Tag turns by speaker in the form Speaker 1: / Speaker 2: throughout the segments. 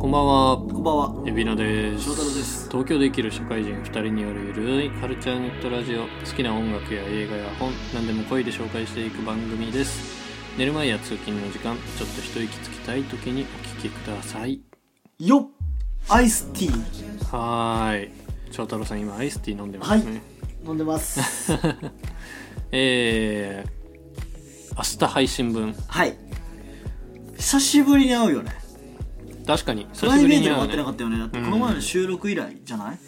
Speaker 1: こんばんは、
Speaker 2: こんばんは。
Speaker 1: エビナです。
Speaker 2: 翔太郎です
Speaker 1: 東京で生きる社会人2人によるゆるいカルチャーネットラジオ、好きな音楽や映画や本、何でも恋で紹介していく番組です。寝る前や通勤の時間、ちょっと一息つきたい時にお聞きください。
Speaker 2: よっアイスティー
Speaker 1: はーい。翔太郎さん、今アイスティー飲んでますね。
Speaker 2: はい飲ん でます。
Speaker 1: えー、明日配信分。
Speaker 2: はい。久しぶりに会うよね。
Speaker 1: 確かに、
Speaker 2: プ
Speaker 1: 久
Speaker 2: ラ
Speaker 1: し
Speaker 2: イ
Speaker 1: ぶ
Speaker 2: ベ
Speaker 1: り
Speaker 2: ー
Speaker 1: に
Speaker 2: ト
Speaker 1: 会う
Speaker 2: も会ってなか
Speaker 1: ね。
Speaker 2: ったよね。だってこの前の収録以来じゃない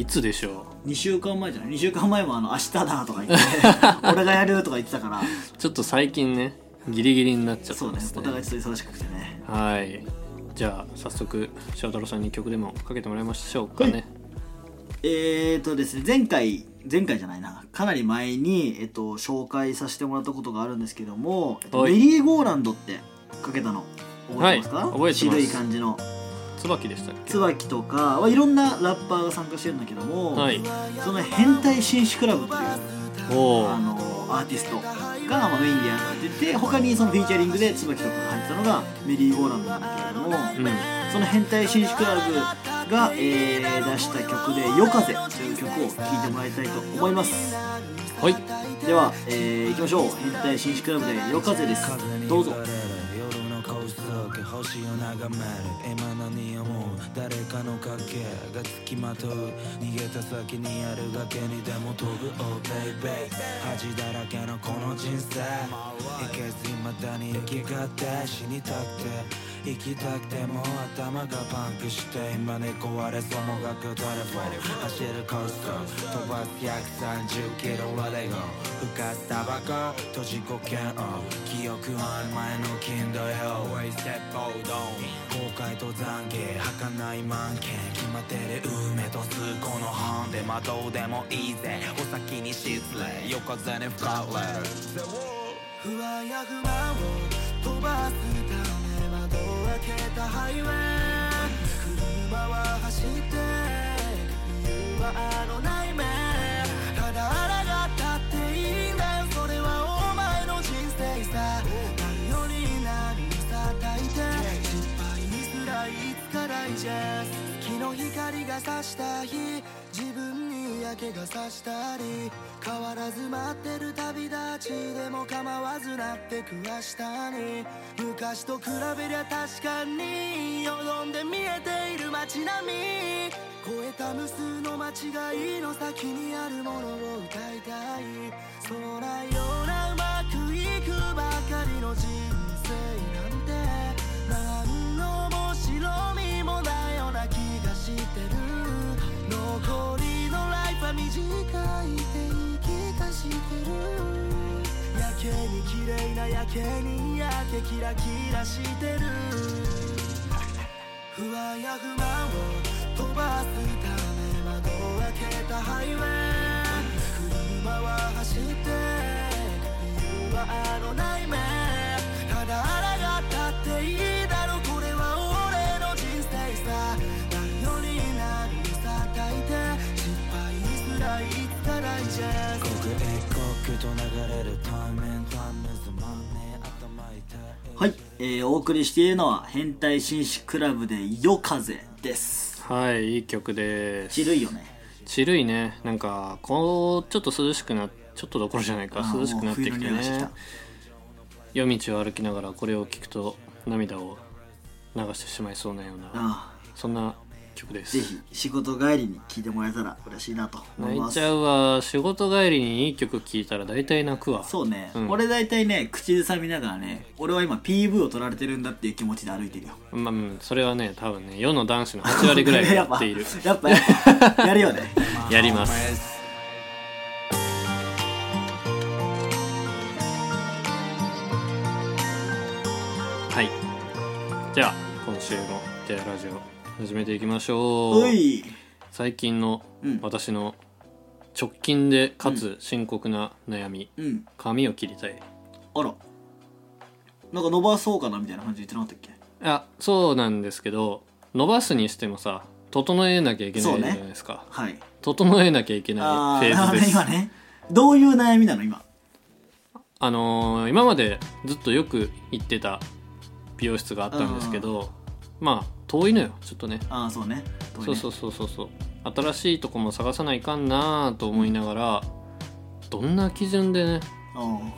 Speaker 1: いつでしょ
Speaker 2: ?2 週間前じゃない ?2 週間前もあの、明日だとか言って、 俺がやるとか言ってたから、
Speaker 1: うちょっと最近ね、ギリギリになっちゃった
Speaker 2: そうんね
Speaker 1: で。す
Speaker 2: お
Speaker 1: ね。
Speaker 2: 互いちょっと忙しくてね。
Speaker 1: はいじゃあ早速翔太郎さんに曲でもかけてもらいましょうかね
Speaker 2: えーとですね、前回、前回じゃないな。かなり前に、えっと、紹介させてもらったことがあるんですけども、えっと
Speaker 1: はい
Speaker 2: メリーゴーランドってかけたの。覚えてますか、
Speaker 1: はい覚えてます
Speaker 2: 白い感じの。
Speaker 1: 椿でしたっけ
Speaker 2: 椿とか、まあ、いろんなラッパーが参加してるんだけども、
Speaker 1: はい
Speaker 2: その変態紳士クラブという
Speaker 1: おお
Speaker 2: あのアーティストが、まあ、メインでやってて他にそのフィーチャリングで椿とかが入ってたのがメリーゴーランドなんだけれども、
Speaker 1: うん
Speaker 2: その変態紳士クラブが、えー出した曲で「夜風」という曲を聴いてもらいたいと思います
Speaker 1: はい
Speaker 2: では、えー、いきましょう変態紳士クラブで「夜風」ですどうぞ
Speaker 3: 夜のコースロケ星を眺める今何をもう誰かの影がつきまとう逃げた先にある崖にでも飛ぶ Oh baby 恥だらけのこの人生いけず未だに生きがって死にたくて生きたくてもう頭がパンクして今に壊れそうもがくドレフォ走るコースト飛ばす130キロはレゴ浮かったバカ閉じこけん記憶は前の金土曜 w a s t e d b o w d o 後悔と懺悔儚い満件決まってる運命と数個の本でまあどうでもいいぜお先に失礼横風に吹かれる不安や不満を飛ばすため窓を開けたハイウェイ車は走って理由はあの内面ただ抗ったっていいんだよそれはお前の人生さ何より何さ大抵失敗にすらいつか大事月の光が差した日自分に嫌気がさしたり変わらず待ってる旅立ちでも構わずなってく明日に昔と比べりゃ確かによどんで見えている街並み超えた無数の間違いの先にあるものを歌いたいそのないようなうまくいくばかりの人生なんて何の面白みもないような気がしてる残りのライフは短いって言い聞かしてるやけに綺麗なやけにやけキラキラしてる不安や不満を飛ばすため窓を開けたハイウェイ車は走って理由はあの内面ただ抗ったっていいだろこれは俺の人生さ何より何さ大抵失敗すらいつか大事刻一刻と流れるタイムタイムズマネ頭痛い
Speaker 2: はい、えー、お送りしているのは「変態紳士クラブで夜風」です
Speaker 1: はいいい曲です
Speaker 2: ちるいよね
Speaker 1: ちるいねなんかこうちょっと涼しくなちょっとどころじゃないか涼しくなってきて
Speaker 2: あーもう冬の匂いがしてき
Speaker 1: ね
Speaker 2: た
Speaker 1: 夜道を歩きながらこれを聞くと涙を流してしまいそうなような
Speaker 2: ああ
Speaker 1: そんな曲です
Speaker 2: ぜひ仕事帰りに聞いてもらえたら嬉しいなと思い
Speaker 1: 泣
Speaker 2: ま
Speaker 1: い
Speaker 2: す
Speaker 1: ちゃうわ仕事帰りにいい曲聴いたら大体泣くわ
Speaker 2: そうね、
Speaker 1: うん
Speaker 2: 俺大体ね口ずさみながらね俺は今 PV を取られてるんだっていう気持ちで歩いてるよ
Speaker 1: まあうん、それはね多分ね世の男子の8割ぐらいがやってい る
Speaker 2: やっぱやっ ぱやるよね
Speaker 1: やりますはいじゃあ今週の「J ラジオ」始めていきましょ
Speaker 2: お
Speaker 1: う
Speaker 2: い
Speaker 1: 最近の
Speaker 2: うん
Speaker 1: 私の直近でかつ深刻な悩み、
Speaker 2: うん
Speaker 1: 髪を切りたい
Speaker 2: あらなんか伸ばそうかなみたいな感じで言ってなかったっ
Speaker 1: あそうなんですけど伸ばすにしてもさ整えなきゃいけないじゃないですか、
Speaker 2: けはい
Speaker 1: 整えなきゃいけ
Speaker 2: あ
Speaker 1: な
Speaker 2: あ
Speaker 1: いフ
Speaker 2: なる
Speaker 1: ェーズで
Speaker 2: ほどね
Speaker 1: す
Speaker 2: 今ねどういう悩みなの今
Speaker 1: あのー今までずっとよく行ってた美容室があったんですけど、まあ遠いのよちょっとね
Speaker 2: ああそうね遠い
Speaker 1: そう
Speaker 2: ね
Speaker 1: そうそうそうそう新しいとこも探さないかんなと思いながらどんな基準でね
Speaker 2: うん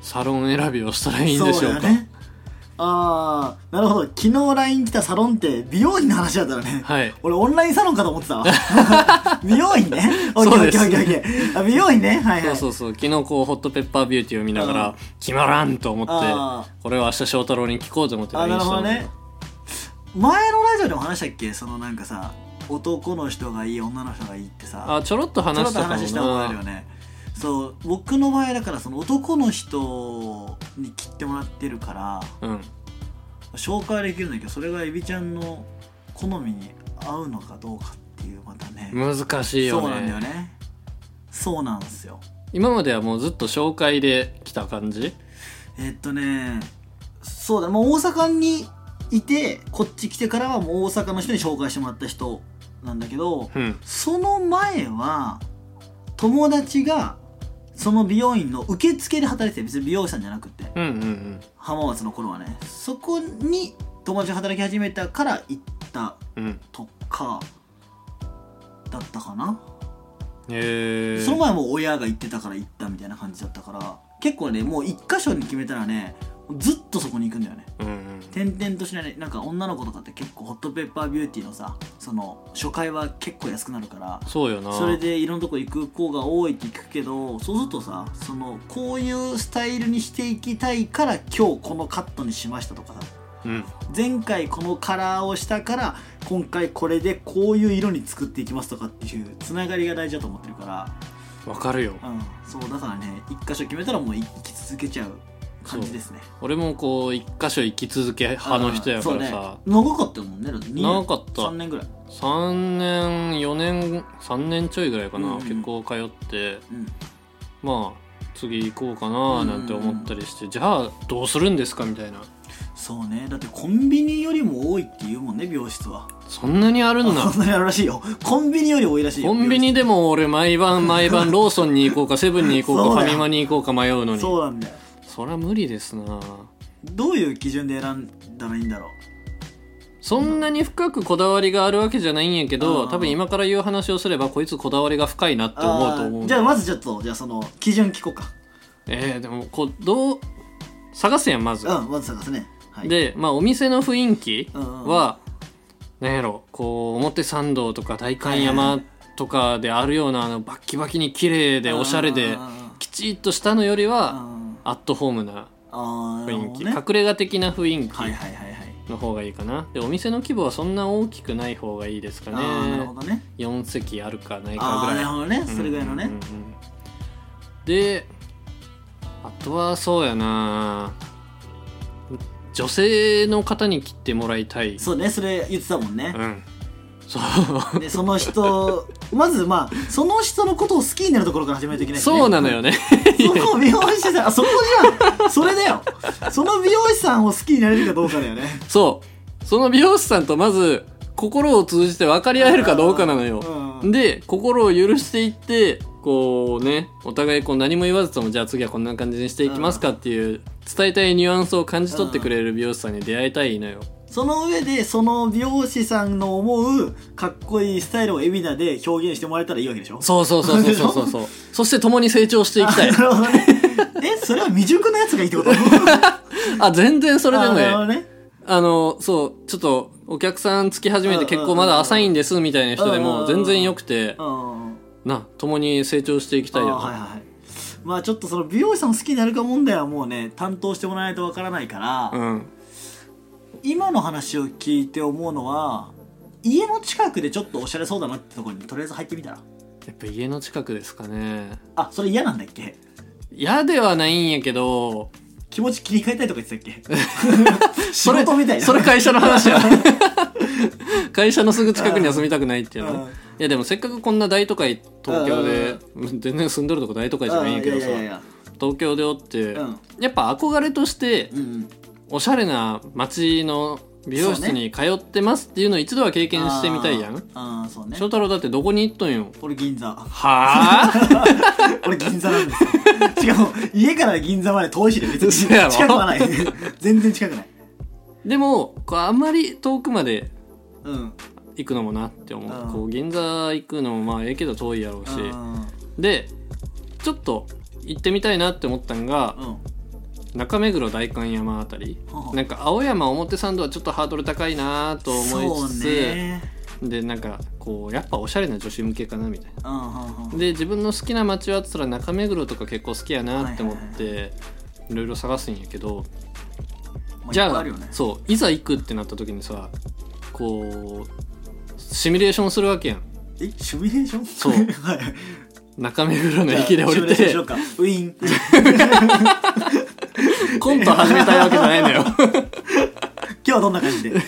Speaker 1: サロン選びをしたらいいんでしょうか
Speaker 2: そうだねああなるほど昨日 LINE 来たサロンって美容院の話だったらね、
Speaker 1: はい
Speaker 2: 俺オンラインサロンかと思っ てたわ美容院ねオッケ
Speaker 1: そう
Speaker 2: ーオッ
Speaker 1: で
Speaker 2: ケ
Speaker 1: す
Speaker 2: ーオッケーオッケーあ美容院ねはい
Speaker 1: そ
Speaker 2: は
Speaker 1: う
Speaker 2: い
Speaker 1: そうそう昨日こうホットペッパービューティーを見なが
Speaker 2: うん
Speaker 1: ら決まらんと思
Speaker 2: あ
Speaker 1: ってこれは明日翔太郎に聞こうと思って
Speaker 2: あ
Speaker 1: LINE
Speaker 2: なる
Speaker 1: し
Speaker 2: ほ
Speaker 1: た
Speaker 2: ど
Speaker 1: んだけ
Speaker 2: ね
Speaker 1: ど
Speaker 2: 前のラジオでも話したっけそのなんかさ男の人がいい女の人がいいってさ
Speaker 1: あちょろっと
Speaker 2: ちょ
Speaker 1: 話
Speaker 2: ろっ
Speaker 1: し
Speaker 2: と
Speaker 1: たかも
Speaker 2: 話したことあるよ
Speaker 1: な
Speaker 2: ねそう僕の場合だからその男の人に切ってもらってるから
Speaker 1: うん
Speaker 2: 紹介はできるんだけどそれがエビちゃんの好みに合うのかどうかっていうまたね
Speaker 1: 難しいよね
Speaker 2: そうなんだよねそうなんですよ
Speaker 1: 今まではもうずっと紹介で来た感じ
Speaker 2: えっとねそうだもう大阪にいてこっち来てからはもう大阪の人に紹介してもらった人なんだけど
Speaker 1: うん
Speaker 2: その前は友達がその美容院の受付で働いてて別に美容師さんじゃなくて
Speaker 1: うんうんうん
Speaker 2: 浜松の頃はねそこに友達が働き始めたから行った
Speaker 1: うん
Speaker 2: とかだったかな、
Speaker 1: へえ
Speaker 2: その前も親が行ってたから行ったみたいな感じだったから結構ねもう一箇所に決めたらねずっとそこに行くんだよね
Speaker 1: うんうん
Speaker 2: 転々としないねなんか女の子とかって結構ホットペッパービューティーのさその初回は結構安くなるから
Speaker 1: そうよな
Speaker 2: それでいろんなとこ行く子が多いって聞くけどそうするとさそのこういうスタイルにしていきたいから今日このカットにしましたとかさ
Speaker 1: うん
Speaker 2: 前回このカラーをしたから今回これでこういう色に作っていきますとかっていうつながりが大事だと思ってるか
Speaker 1: わかるよ
Speaker 2: ら、うん、そうだからね一箇所決めたらもう行き続けちゃう感じですね
Speaker 1: 俺もこう一箇所行き続け派の人やからさ、
Speaker 2: うんそうね長かったもんねだって二年
Speaker 1: 長かった
Speaker 2: 3年ぐらい
Speaker 1: 3年4年3年ちょいぐらいかな、
Speaker 2: うんうん
Speaker 1: 結構通って
Speaker 2: うん
Speaker 1: まあ次行こうかななんて思ったりして、じゃあどうするんですかみたいな
Speaker 2: そうねだってコンビニよりも多いっていうもんね美容室は
Speaker 1: そんなにあるんだ
Speaker 2: あそんなにあるら しいよコンビニより多いらしいよ
Speaker 1: コンビニでも俺毎晩毎晩ローソンに行こうかセブンに行こう
Speaker 2: そう
Speaker 1: か
Speaker 2: だ
Speaker 1: ファ
Speaker 2: よ
Speaker 1: ミマに行こうか迷うの
Speaker 2: 美容室
Speaker 1: に
Speaker 2: そうなんだよ
Speaker 1: そりゃ無理ですな
Speaker 2: どういう基準で選んだらいいんだろ
Speaker 1: そんなに深くこだわりがあるわけじゃないんやけ
Speaker 2: う
Speaker 1: ど
Speaker 2: ん
Speaker 1: 多分今から言う話をすればこいつこだわりが深いなって
Speaker 2: う
Speaker 1: 思うと思
Speaker 2: あ
Speaker 1: う
Speaker 2: ーじゃあまずちょっとじゃあその基準聞こうか
Speaker 1: えー、でもこうどう探すやんまず、
Speaker 2: うんまず探すねはい
Speaker 1: でまあお店の雰囲気は、なんやろこう表参道とか代官
Speaker 2: はい
Speaker 1: 山とかであるようなあのバッキバキに綺麗でおしゃれで
Speaker 2: あ
Speaker 1: きちっとしたのより
Speaker 2: ー
Speaker 1: は
Speaker 2: あ
Speaker 1: アットホームな
Speaker 2: ーなる
Speaker 1: 雰囲
Speaker 2: ほ
Speaker 1: 気、
Speaker 2: どね
Speaker 1: 隠れ家的な雰囲
Speaker 2: はい
Speaker 1: 気
Speaker 2: はいはいはい
Speaker 1: の方がいいかなでお店の規模はそんな大きくない方がいいですか
Speaker 2: あーなる
Speaker 1: ね
Speaker 2: ほどね
Speaker 1: 4席あるかないかぐ
Speaker 2: あ
Speaker 1: ら
Speaker 2: あないるほどねそれぐらいの
Speaker 1: うんうん
Speaker 2: ね
Speaker 1: うんであとはそうやな女性の方に切ってもらいたい
Speaker 2: そうねそれ言ってたもんね
Speaker 1: うんそう
Speaker 2: でその人まずまあその人のことを好きになるところから始めないといけないしね
Speaker 1: そうなのよね
Speaker 2: そこ美容師さんあそこじゃんそれだよその美容師さんを好きになれるかどうかだよね
Speaker 1: そうその美容師さんとまず心を通じて分かり合えるかどうかなのよ
Speaker 2: うん
Speaker 1: で心を許していってこうねお互いこう何も言わずともじゃあ次はこんな感じにしていきますかっていう伝えたいニュアンスを感じ取ってくれる美容師さんに出会いたいのよ
Speaker 2: その上でその美容師さんの思うかっこいいスタイルをエビナで表現してもらえたらいいわけでしょ
Speaker 1: そうそうそうそうそうそうそうそして共に成長していきたい
Speaker 2: あなるほどねえそれは未熟なやつがいいってこと
Speaker 1: あ全然それで
Speaker 2: あ
Speaker 1: も
Speaker 2: な
Speaker 1: え
Speaker 2: るほど
Speaker 1: え
Speaker 2: ね
Speaker 1: あのそうちょっとお客さんつき始めて結構まだ浅いんですみたいな人で
Speaker 2: うんうんう
Speaker 1: も
Speaker 2: ん
Speaker 1: 全然よくて
Speaker 2: うん
Speaker 1: な共に成長していきたい
Speaker 2: あ
Speaker 1: よ
Speaker 2: ーはい
Speaker 1: な
Speaker 2: はいはいまあちょっとその美容師さんを好きになるか問題はもうね担当してもらわないとわからないから、
Speaker 1: うん
Speaker 2: 今の話を聞いて思うのは家の近くでちょっとおしゃれそうだなってところにとりあえず入ってみたら
Speaker 1: やっぱ家の近くですかね
Speaker 2: あそれ嫌なんだっけ
Speaker 1: 嫌ではないんやけど
Speaker 2: 気持ち切り替えたいとか言ってたっけ仕
Speaker 1: それ
Speaker 2: 事みたいな
Speaker 1: それ会社の話 や会社のすぐ近くには住みたくないっていう
Speaker 2: うん
Speaker 1: のいやでもせっかくこんな大都会東京で全然住んどるとこ大都会じゃないんやけどさ
Speaker 2: いやいやいや
Speaker 1: 東京でおって、
Speaker 2: うん
Speaker 1: やっぱ憧れとして
Speaker 2: うんうん
Speaker 1: おしゃれな街の美容室に通ってますっていうのを一度は経験してみたいやん、
Speaker 2: あーそうね
Speaker 1: 翔太郎だってどこに行っとん よ
Speaker 2: 俺銀座
Speaker 1: はあ
Speaker 2: 俺銀座なんですよしかも家から銀座まで遠いしね別に
Speaker 1: 嘘や
Speaker 2: 近
Speaker 1: ろ
Speaker 2: くはない全然近くない
Speaker 1: でもこうあんまり遠くまで
Speaker 2: うん
Speaker 1: 行くのもなって思う,、
Speaker 2: うん
Speaker 1: こう銀座行くのもまあええけど遠いやろうし、
Speaker 2: うん
Speaker 1: でちょっと行ってみたいなって思ったんが、
Speaker 2: うん
Speaker 1: 中目黒代官山あたり、
Speaker 2: はあ
Speaker 1: なんか青山表参道はちょっとハードル高いなと思いつつ、
Speaker 2: そうね
Speaker 1: でなんかこうやっぱおしゃれな女子向けかなみたい
Speaker 2: うんうんうん
Speaker 1: なで自分の好きな街はっつったら中目黒とか結構好きやなって思っていろいろ探すんやけど、
Speaker 2: ま
Speaker 1: じ
Speaker 2: いっ
Speaker 1: ゃ
Speaker 2: ぱい
Speaker 1: あ
Speaker 2: るよね
Speaker 1: そういざ行くってなった時にさこうシミュレーションするわけやん
Speaker 2: えシミュレーション
Speaker 1: そう
Speaker 2: はい
Speaker 1: 中目黒の 駅で降り
Speaker 2: じゃあシミュレーションしてようかウィン
Speaker 1: コント始めたいわけじゃないの よ
Speaker 2: 今日はどんな感じで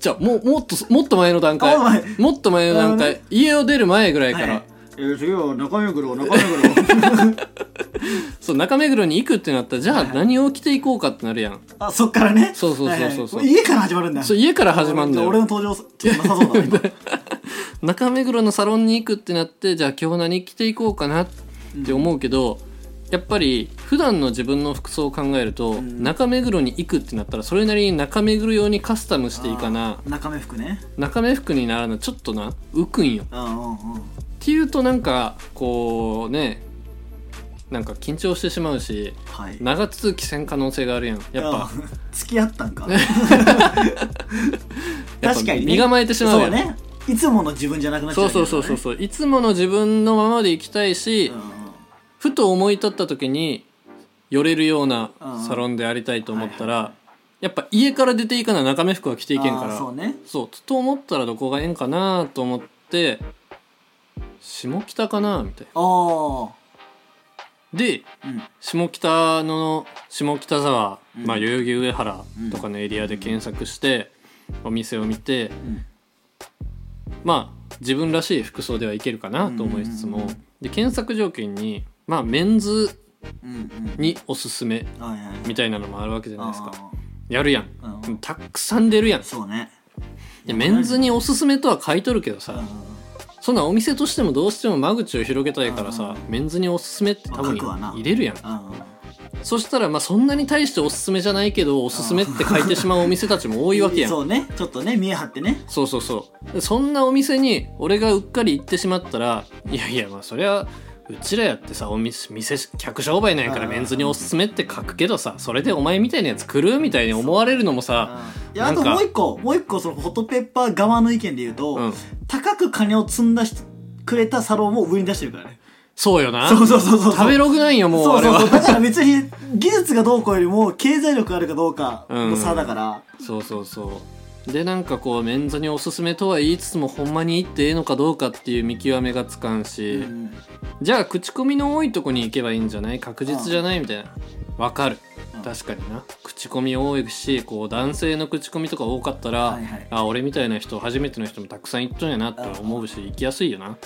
Speaker 1: じゃあもうもっともっと前の段階
Speaker 2: あお前
Speaker 1: もっと前の段
Speaker 2: な
Speaker 1: 階家を出る前ぐらいから、
Speaker 2: えー、次は中目黒中目黒
Speaker 1: そう中目黒に行くってなったらじゃあ何を着ていこうかってなるやん、
Speaker 2: あそっからね
Speaker 1: そうそうそうそうそう
Speaker 2: はいはい家から始まるんだ
Speaker 1: そう家から始まるんだよ
Speaker 2: 俺の登場ちょっとなさそう だな今
Speaker 1: 中目黒のサロンに行くってなってじゃあ今日何着ていこうかなって思うけど、やっぱり普段の自分の服装を考えると、
Speaker 2: ん
Speaker 1: 中目黒に行くってなったらそれなりに中目黒用にカスタムしていかな
Speaker 2: あー中目服ね
Speaker 1: 中目服にならなちょっとな浮くんよっ
Speaker 2: うんうんうん
Speaker 1: ていうとなんかこうねなんか緊張してしまうし
Speaker 2: はい
Speaker 1: 長続きせん可能性があるやんやっ
Speaker 2: あ
Speaker 1: ぱ
Speaker 2: ー付き合っ たんか
Speaker 1: やっぱ
Speaker 2: 確かにね
Speaker 1: 身構えてしまう
Speaker 2: そ
Speaker 1: や
Speaker 2: うんねいつもの自分じゃなくなっちゃ
Speaker 1: そううそうそうそうそういつもの自分のままで行きたいし、
Speaker 2: うんうん
Speaker 1: ふと思い立った時に寄れるような
Speaker 2: うん
Speaker 1: サロンでありたいと思ったら、やっぱ家から出ていかな中目服は着ていけんか
Speaker 2: あ
Speaker 1: ら
Speaker 2: ーそうね
Speaker 1: そうと思ったらどこがええんかなと思って下北かなみたい
Speaker 2: ああ
Speaker 1: なで
Speaker 2: うん
Speaker 1: 下北の下北沢、
Speaker 2: うん
Speaker 1: まあ、代々木上原とかのエリアで検索して、お店を見て
Speaker 2: うん
Speaker 1: まあ自分らしい服装ではいけるかなと思いつつも、
Speaker 2: うんうんうん
Speaker 1: で検索条件に、まあ、メンズ
Speaker 2: うんうん
Speaker 1: におすすめ
Speaker 2: はいはい
Speaker 1: みたいなのもあるわけじゃないですか。
Speaker 2: あ
Speaker 1: やるやん
Speaker 2: ーうん
Speaker 1: でもたくさん出るやん
Speaker 2: そうね
Speaker 1: でメンズにおすすめとは書いとるけど
Speaker 2: うんう
Speaker 1: さ
Speaker 2: ん
Speaker 1: そんなお店としてもどうしても間口を広げたいからさメンズにおすすめって多分
Speaker 2: 書くわな
Speaker 1: 入れるやん
Speaker 2: うん
Speaker 1: そしたらまあそんなに対しておすすめじゃないけどおすすめって書いてしまうお店たちも多いわけやん
Speaker 2: そうねちょっとね見え張ってね
Speaker 1: そうそうそうでそんなお店に俺がうっかり行ってしまったらいやいやまあそりゃうちらやってさお店店客商売なんやから
Speaker 2: うん
Speaker 1: メンズにおすすめって書くけどさそれでお前みたいなやつ来るみたいに思われるのもさ
Speaker 2: いや
Speaker 1: な
Speaker 2: あ
Speaker 1: ん
Speaker 2: と
Speaker 1: か
Speaker 2: もう一個もう一個そのホットペッパー側の意見で言うと、
Speaker 1: うん
Speaker 2: 高く金を積んだしくれたサロンを売りに出してるからね
Speaker 1: そうよな
Speaker 2: そうそうそうそう
Speaker 1: 食べログなんよもう
Speaker 2: そう
Speaker 1: あれ
Speaker 2: そう
Speaker 1: は
Speaker 2: そうだから別に技術がどうこうよりも経済力があるかどうかの差だから、
Speaker 1: そうそうそうでなんかこうメンズにおすすめとは言いつつもほんまに行ってええのかどうかっていう見極めがつかんし、
Speaker 2: うん
Speaker 1: じゃあ口コミの多いとこに行けばいいんじゃない確実じゃないみたいなわかる
Speaker 2: うん
Speaker 1: 確かにな口コミ多いしこう男性の口コミとか多かったら、
Speaker 2: はいはい
Speaker 1: あ俺みたいな人初めての人もたくさん行っとんやなって思うし行きやすいよな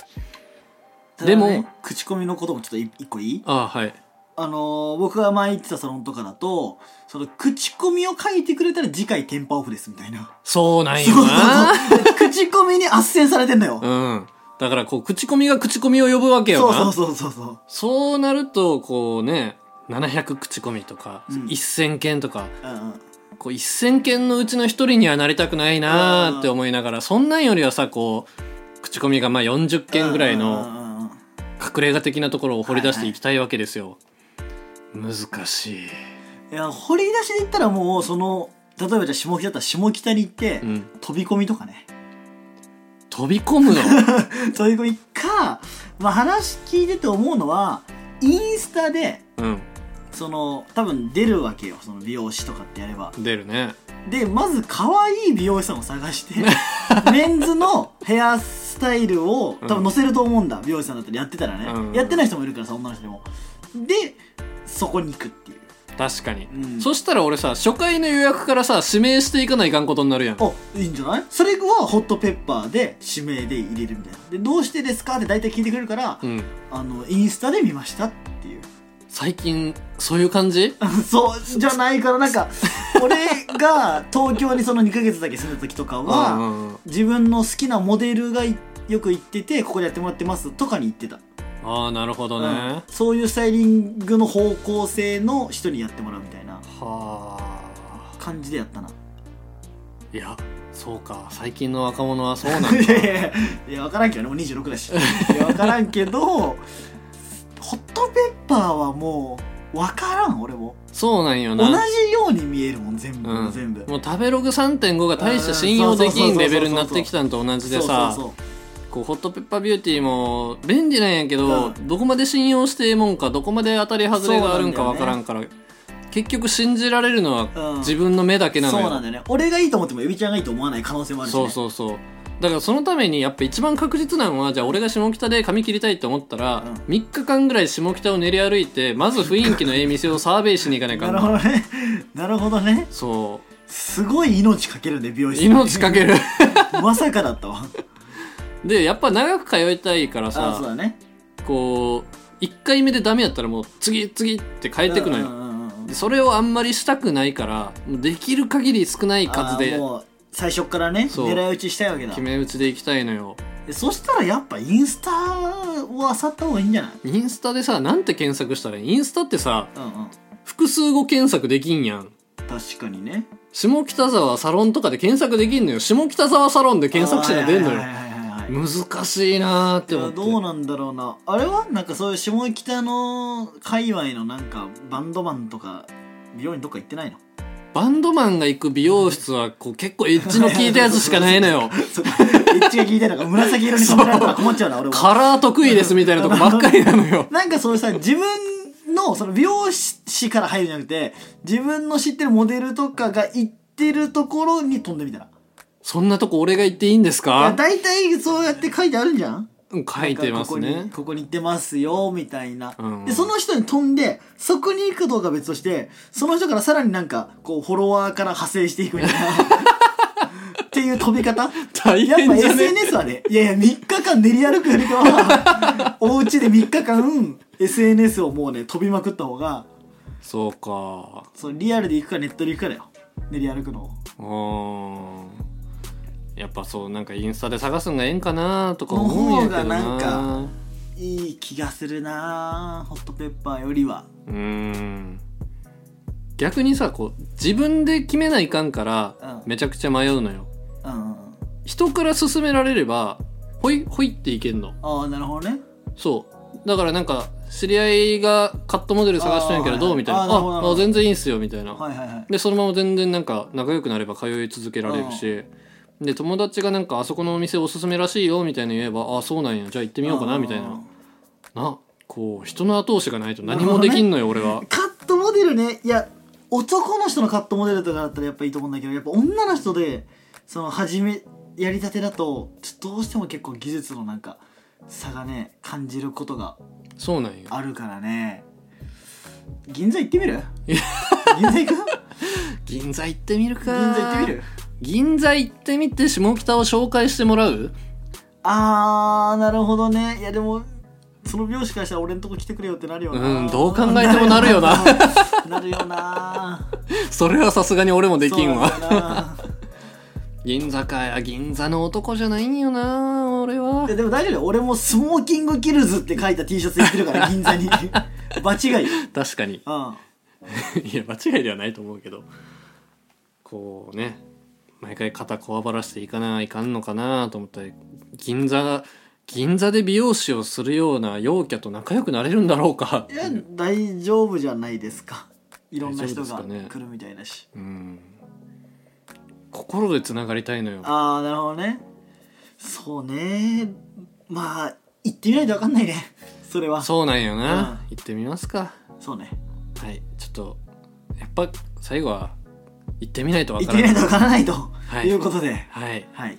Speaker 2: ただね
Speaker 1: でも
Speaker 2: 口コミのこともちょっと一一個いい
Speaker 1: あはい
Speaker 2: あのー僕が前行ってたサロンとかだとその口コミを書いてくれたら次回テンパオフですみたいな
Speaker 1: そうなんよ
Speaker 2: そう
Speaker 1: な
Speaker 2: そうそう口コミに圧旋されてんのよ、
Speaker 1: うんだからこう口コミが口コミを呼ぶわけよ
Speaker 2: そ
Speaker 1: な
Speaker 2: うそうそうそうそう
Speaker 1: そうなるとこうね700口コミとか、
Speaker 2: うん
Speaker 1: 1000件とか
Speaker 2: うんうん
Speaker 1: こう1000件のうちの一人にはなりたくないなーって思いながらそんなんよりはさこう口コミがまあ40件ぐらい
Speaker 2: うん
Speaker 1: の
Speaker 2: うんうんうん
Speaker 1: 隠れ家的なところを掘り出していきたいわけですよ。難しい。
Speaker 2: いや掘り出しで言ったらもうその例えばじゃあ下北だったら下北に行って、
Speaker 1: うん、
Speaker 2: 飛び込みとかね
Speaker 1: 飛び込 むの
Speaker 2: 飛び込みか、まあ、話聞いてて思うのはインスタで
Speaker 1: うん
Speaker 2: その多分出るわけよその美容師とかってやれば
Speaker 1: 出るね。
Speaker 2: でまず可愛い美容師さんを探 してメンズのヘアスタイルを多分載せると思うんだ、美容師さんだったらやってたらね、
Speaker 1: うん
Speaker 2: やってない人もいるからさ女の人でもでそこに行くっていう
Speaker 1: 確かに、
Speaker 2: うん
Speaker 1: そしたら俺さ初回の予約からさ指名していかないかんことになるやん。
Speaker 2: あいいんじゃないそれはホットペッパーで指名で入れるみたいなでどうしてですかって大体聞いてくれるから、
Speaker 1: うん、
Speaker 2: あのインスタで見ましたっていう
Speaker 1: 最近そういう感じ
Speaker 2: そうじゃないからな んか俺が東京にその2ヶ月だけ住んだ時とかは、
Speaker 1: うんうんうん
Speaker 2: 自分の好きなモデルがいよく行っててここでやってもらってますとかに行ってた、
Speaker 1: ああなるほどね。
Speaker 2: うんそういうスタイリングの方向性の人にやってもらうみたいな
Speaker 1: はあ。
Speaker 2: 感じでやっ たな
Speaker 1: いやそうか最近の若者はそうなんだ
Speaker 2: いやいやいや分からんけどねもう26だしいや分からんけどホットペッパーはもう分からん俺も
Speaker 1: そうなんよ
Speaker 2: 同
Speaker 1: な
Speaker 2: じように見えるもん全部、
Speaker 1: うん
Speaker 2: 全部
Speaker 1: もう食べログ3.5が大した信用できんレベルになってきたんと同じ
Speaker 2: そ
Speaker 1: で
Speaker 2: うそう
Speaker 1: さ
Speaker 2: そう
Speaker 1: こうホットペッパービューティーも便利なんやけど、
Speaker 2: うん
Speaker 1: どこまで信用してええもんかどこまで当たり外れがあるんか
Speaker 2: そうな
Speaker 1: わ
Speaker 2: んだ
Speaker 1: か
Speaker 2: よね
Speaker 1: らんから、結局信じられるのは
Speaker 2: うん
Speaker 1: 自分の目だけなの
Speaker 2: そう
Speaker 1: よ、
Speaker 2: なんだよね俺がいいと思ってもエビちゃんがいいと思わない可能性もあるし、ね、
Speaker 1: そうそうそうだからそのためにやっぱ一番確実なのはじゃあ俺が下北で髪切りたいと思ったら、
Speaker 2: うん
Speaker 1: 3日間ぐらい下北を練り歩いてまず雰囲気のええ店をサーベイしに行かないか
Speaker 2: なんる
Speaker 1: の
Speaker 2: ほどねなるほどね
Speaker 1: そ
Speaker 2: すごい命かけるんで美容
Speaker 1: う
Speaker 2: 室
Speaker 1: 命かける
Speaker 2: まさかだったわ
Speaker 1: でやっぱ長く通いたいから
Speaker 2: あそう
Speaker 1: さ
Speaker 2: だね
Speaker 1: こう1回目でダメやったらもう次次って変えてくのよ、
Speaker 2: うんうんうんうん
Speaker 1: でそれをあんまりしたくないからもうできる限り少ない数
Speaker 2: あー
Speaker 1: で
Speaker 2: もう最初からね
Speaker 1: そう
Speaker 2: 狙い撃ちしたいわけだ
Speaker 1: 決め打ちでいきたいのよ
Speaker 2: えそしたらやっぱインスタを漁った方がいいんじゃない
Speaker 1: インスタでさなんて検索したらいいインスタってさ
Speaker 2: うんうん
Speaker 1: 複数語検索できんやん
Speaker 2: 確かにね
Speaker 1: 下北沢サロンとかで検索できんのよ下北沢サロンで検索者が出んの
Speaker 2: あー
Speaker 1: よ
Speaker 2: はいはいはいはいはい
Speaker 1: 難しいなーっ
Speaker 2: い
Speaker 1: て思
Speaker 2: や
Speaker 1: って
Speaker 2: どうなんだろうなあれはなんかそういう下北の界隈のなんかバンドマンとか美容院どっか行ってないの
Speaker 1: バンドマンが行く美容室はこう結構エッジの効いたやつしかないの よ
Speaker 2: そこエッジが効いてるのか紫色に染められたら困っちゃうな俺も
Speaker 1: カラー得意ですみたいなとこばっかりなの よ
Speaker 2: なんかそういうさ自分のその美容師から入るんじゃなくて自分の知ってるモデルとかが行ってるところに飛んでみたら
Speaker 1: そんなとこ俺が行っていいんです
Speaker 2: いや
Speaker 1: か
Speaker 2: 大体そうやって書いてあるんじゃん
Speaker 1: うん書いてます
Speaker 2: なん
Speaker 1: ね
Speaker 2: かここにここに行ってますよみたいな、
Speaker 1: うん
Speaker 2: でその人に飛んでそこに行くかどうかは別としてその人からさらになんかこうフォロワーから派生していくみたいなっていう飛び方
Speaker 1: 大
Speaker 2: やっぱ
Speaker 1: 変じゃね
Speaker 2: SNS はねいやいや3日間練り歩くよりかは お家で3日間 SNS をもうね飛びまくった方が
Speaker 1: そうか
Speaker 2: そのリアルで行くかネットで行くかだよ練り歩くのを
Speaker 1: うーんやっぱそうなんかインスタで探すんがええんかなとか
Speaker 2: の
Speaker 1: 思うんや
Speaker 2: 方
Speaker 1: けど
Speaker 2: が
Speaker 1: な
Speaker 2: なんかいい気がするなホットペッパーよりは
Speaker 1: うーん逆にさこう自分で決めないかんから
Speaker 2: うん
Speaker 1: めちゃくちゃ迷うのよ、
Speaker 2: うんうんうん
Speaker 1: 人から勧められればほいほいっていけんの
Speaker 2: ああなるほどね
Speaker 1: そうだからなんか知り合いがカットモデル探してんやけ
Speaker 2: あ
Speaker 1: ど
Speaker 2: ー
Speaker 1: どうみたいな
Speaker 2: あーなるほどなる
Speaker 1: あ
Speaker 2: ほ
Speaker 1: あ
Speaker 2: ど
Speaker 1: 全然いいんすよみたいな、
Speaker 2: はいはいはい
Speaker 1: でそのまま全然なんか仲良くなれば通い続けられるしで友達がなんかあそこのお店おすすめらしいよみたいに言えばあそうなんやじゃあ行ってみようかなみたいななこう人の後押しがないと何もできんのよ、俺は
Speaker 2: カットモデルねいや男の人のカットモデルとかだったらやっぱいいと思うんだけどやっぱ女の人でその初めやりたてだとちょっとどうしても結構技術のなんか差がね感じることが
Speaker 1: そうなんよ
Speaker 2: あるからね銀座行ってみる 銀座行く
Speaker 1: 銀座行ってみるか
Speaker 2: 銀座行ってみる
Speaker 1: 銀座行ってみて下北を紹介してもらう
Speaker 2: あーなるほどねいやでもその美容師からしたら俺のとこ来てくれよってなるよな
Speaker 1: うんどう考えてもなるよな
Speaker 2: なるよな
Speaker 1: それはさすがに俺もできん
Speaker 2: そう
Speaker 1: わ
Speaker 2: だよな
Speaker 1: 銀座かや銀座の男じゃないんよな俺はい
Speaker 2: やでも大丈夫だよ俺もスモーキングキルズって書いた T シャツやってるか ら銀座に場違いよ
Speaker 1: 確かに
Speaker 2: うん
Speaker 1: いや間違いではないと思うけどこうね毎回肩こわばらしていかないかんのかなと思ったら銀座が銀座で美容師をするような陽キャと仲良くなれるんだろうか
Speaker 2: いや大丈夫じゃないですかいろんな人
Speaker 1: 大丈
Speaker 2: が
Speaker 1: 夫ですかね
Speaker 2: 来るみたいだし、
Speaker 1: うん心でつながりたいのよ
Speaker 2: ああなるほどねそうねまあ行ってみないと分かんないねそれは
Speaker 1: そうなんよな、行ってみますか
Speaker 2: そうね
Speaker 1: はいちょっとやっぱ最後は行ってみないとわ
Speaker 2: 行っ
Speaker 1: か
Speaker 2: て
Speaker 1: ら
Speaker 2: みな
Speaker 1: ない
Speaker 2: いと分からないと、、
Speaker 1: はいいう
Speaker 2: ことで
Speaker 1: はい
Speaker 2: はい。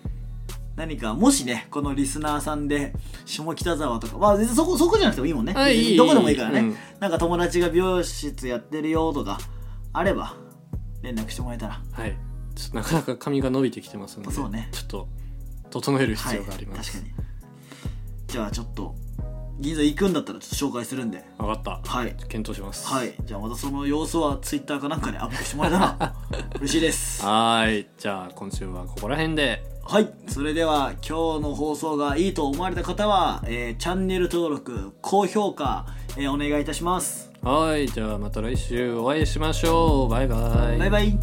Speaker 2: 何か、もしね、このリスナーさんで、下北沢とか、まあ、別にそこ、そこじゃなくてもいいもんね。
Speaker 1: はい
Speaker 2: 別に
Speaker 1: いい
Speaker 2: どこでもいいからね。
Speaker 1: うん
Speaker 2: なんか友達が美容室やってるよとか、あれば、連絡してもらえたら。
Speaker 1: はいちょっとなかなか髪が伸びてきてますので
Speaker 2: そうね
Speaker 1: ちょっと整える
Speaker 2: は
Speaker 1: 必
Speaker 2: い。
Speaker 1: 要があります、
Speaker 2: 確かに。じゃあ、ちょっと、銀座行くんだったらちょっと紹介するんで。
Speaker 1: 分かった
Speaker 2: はい。
Speaker 1: 検討します
Speaker 2: はい。じゃあ、またその様子は、ツイッターかなんかでアップしてもらえた ら、嬉しいです。
Speaker 1: はーいじゃあ今週はここら辺で
Speaker 2: はい、それでは今日の放送がいいと思われた方は、えーチャンネル登録、高評価、えーお願いいたします。
Speaker 1: はいじゃあまた来週お会いしましょうバイバイ
Speaker 2: バイバイ。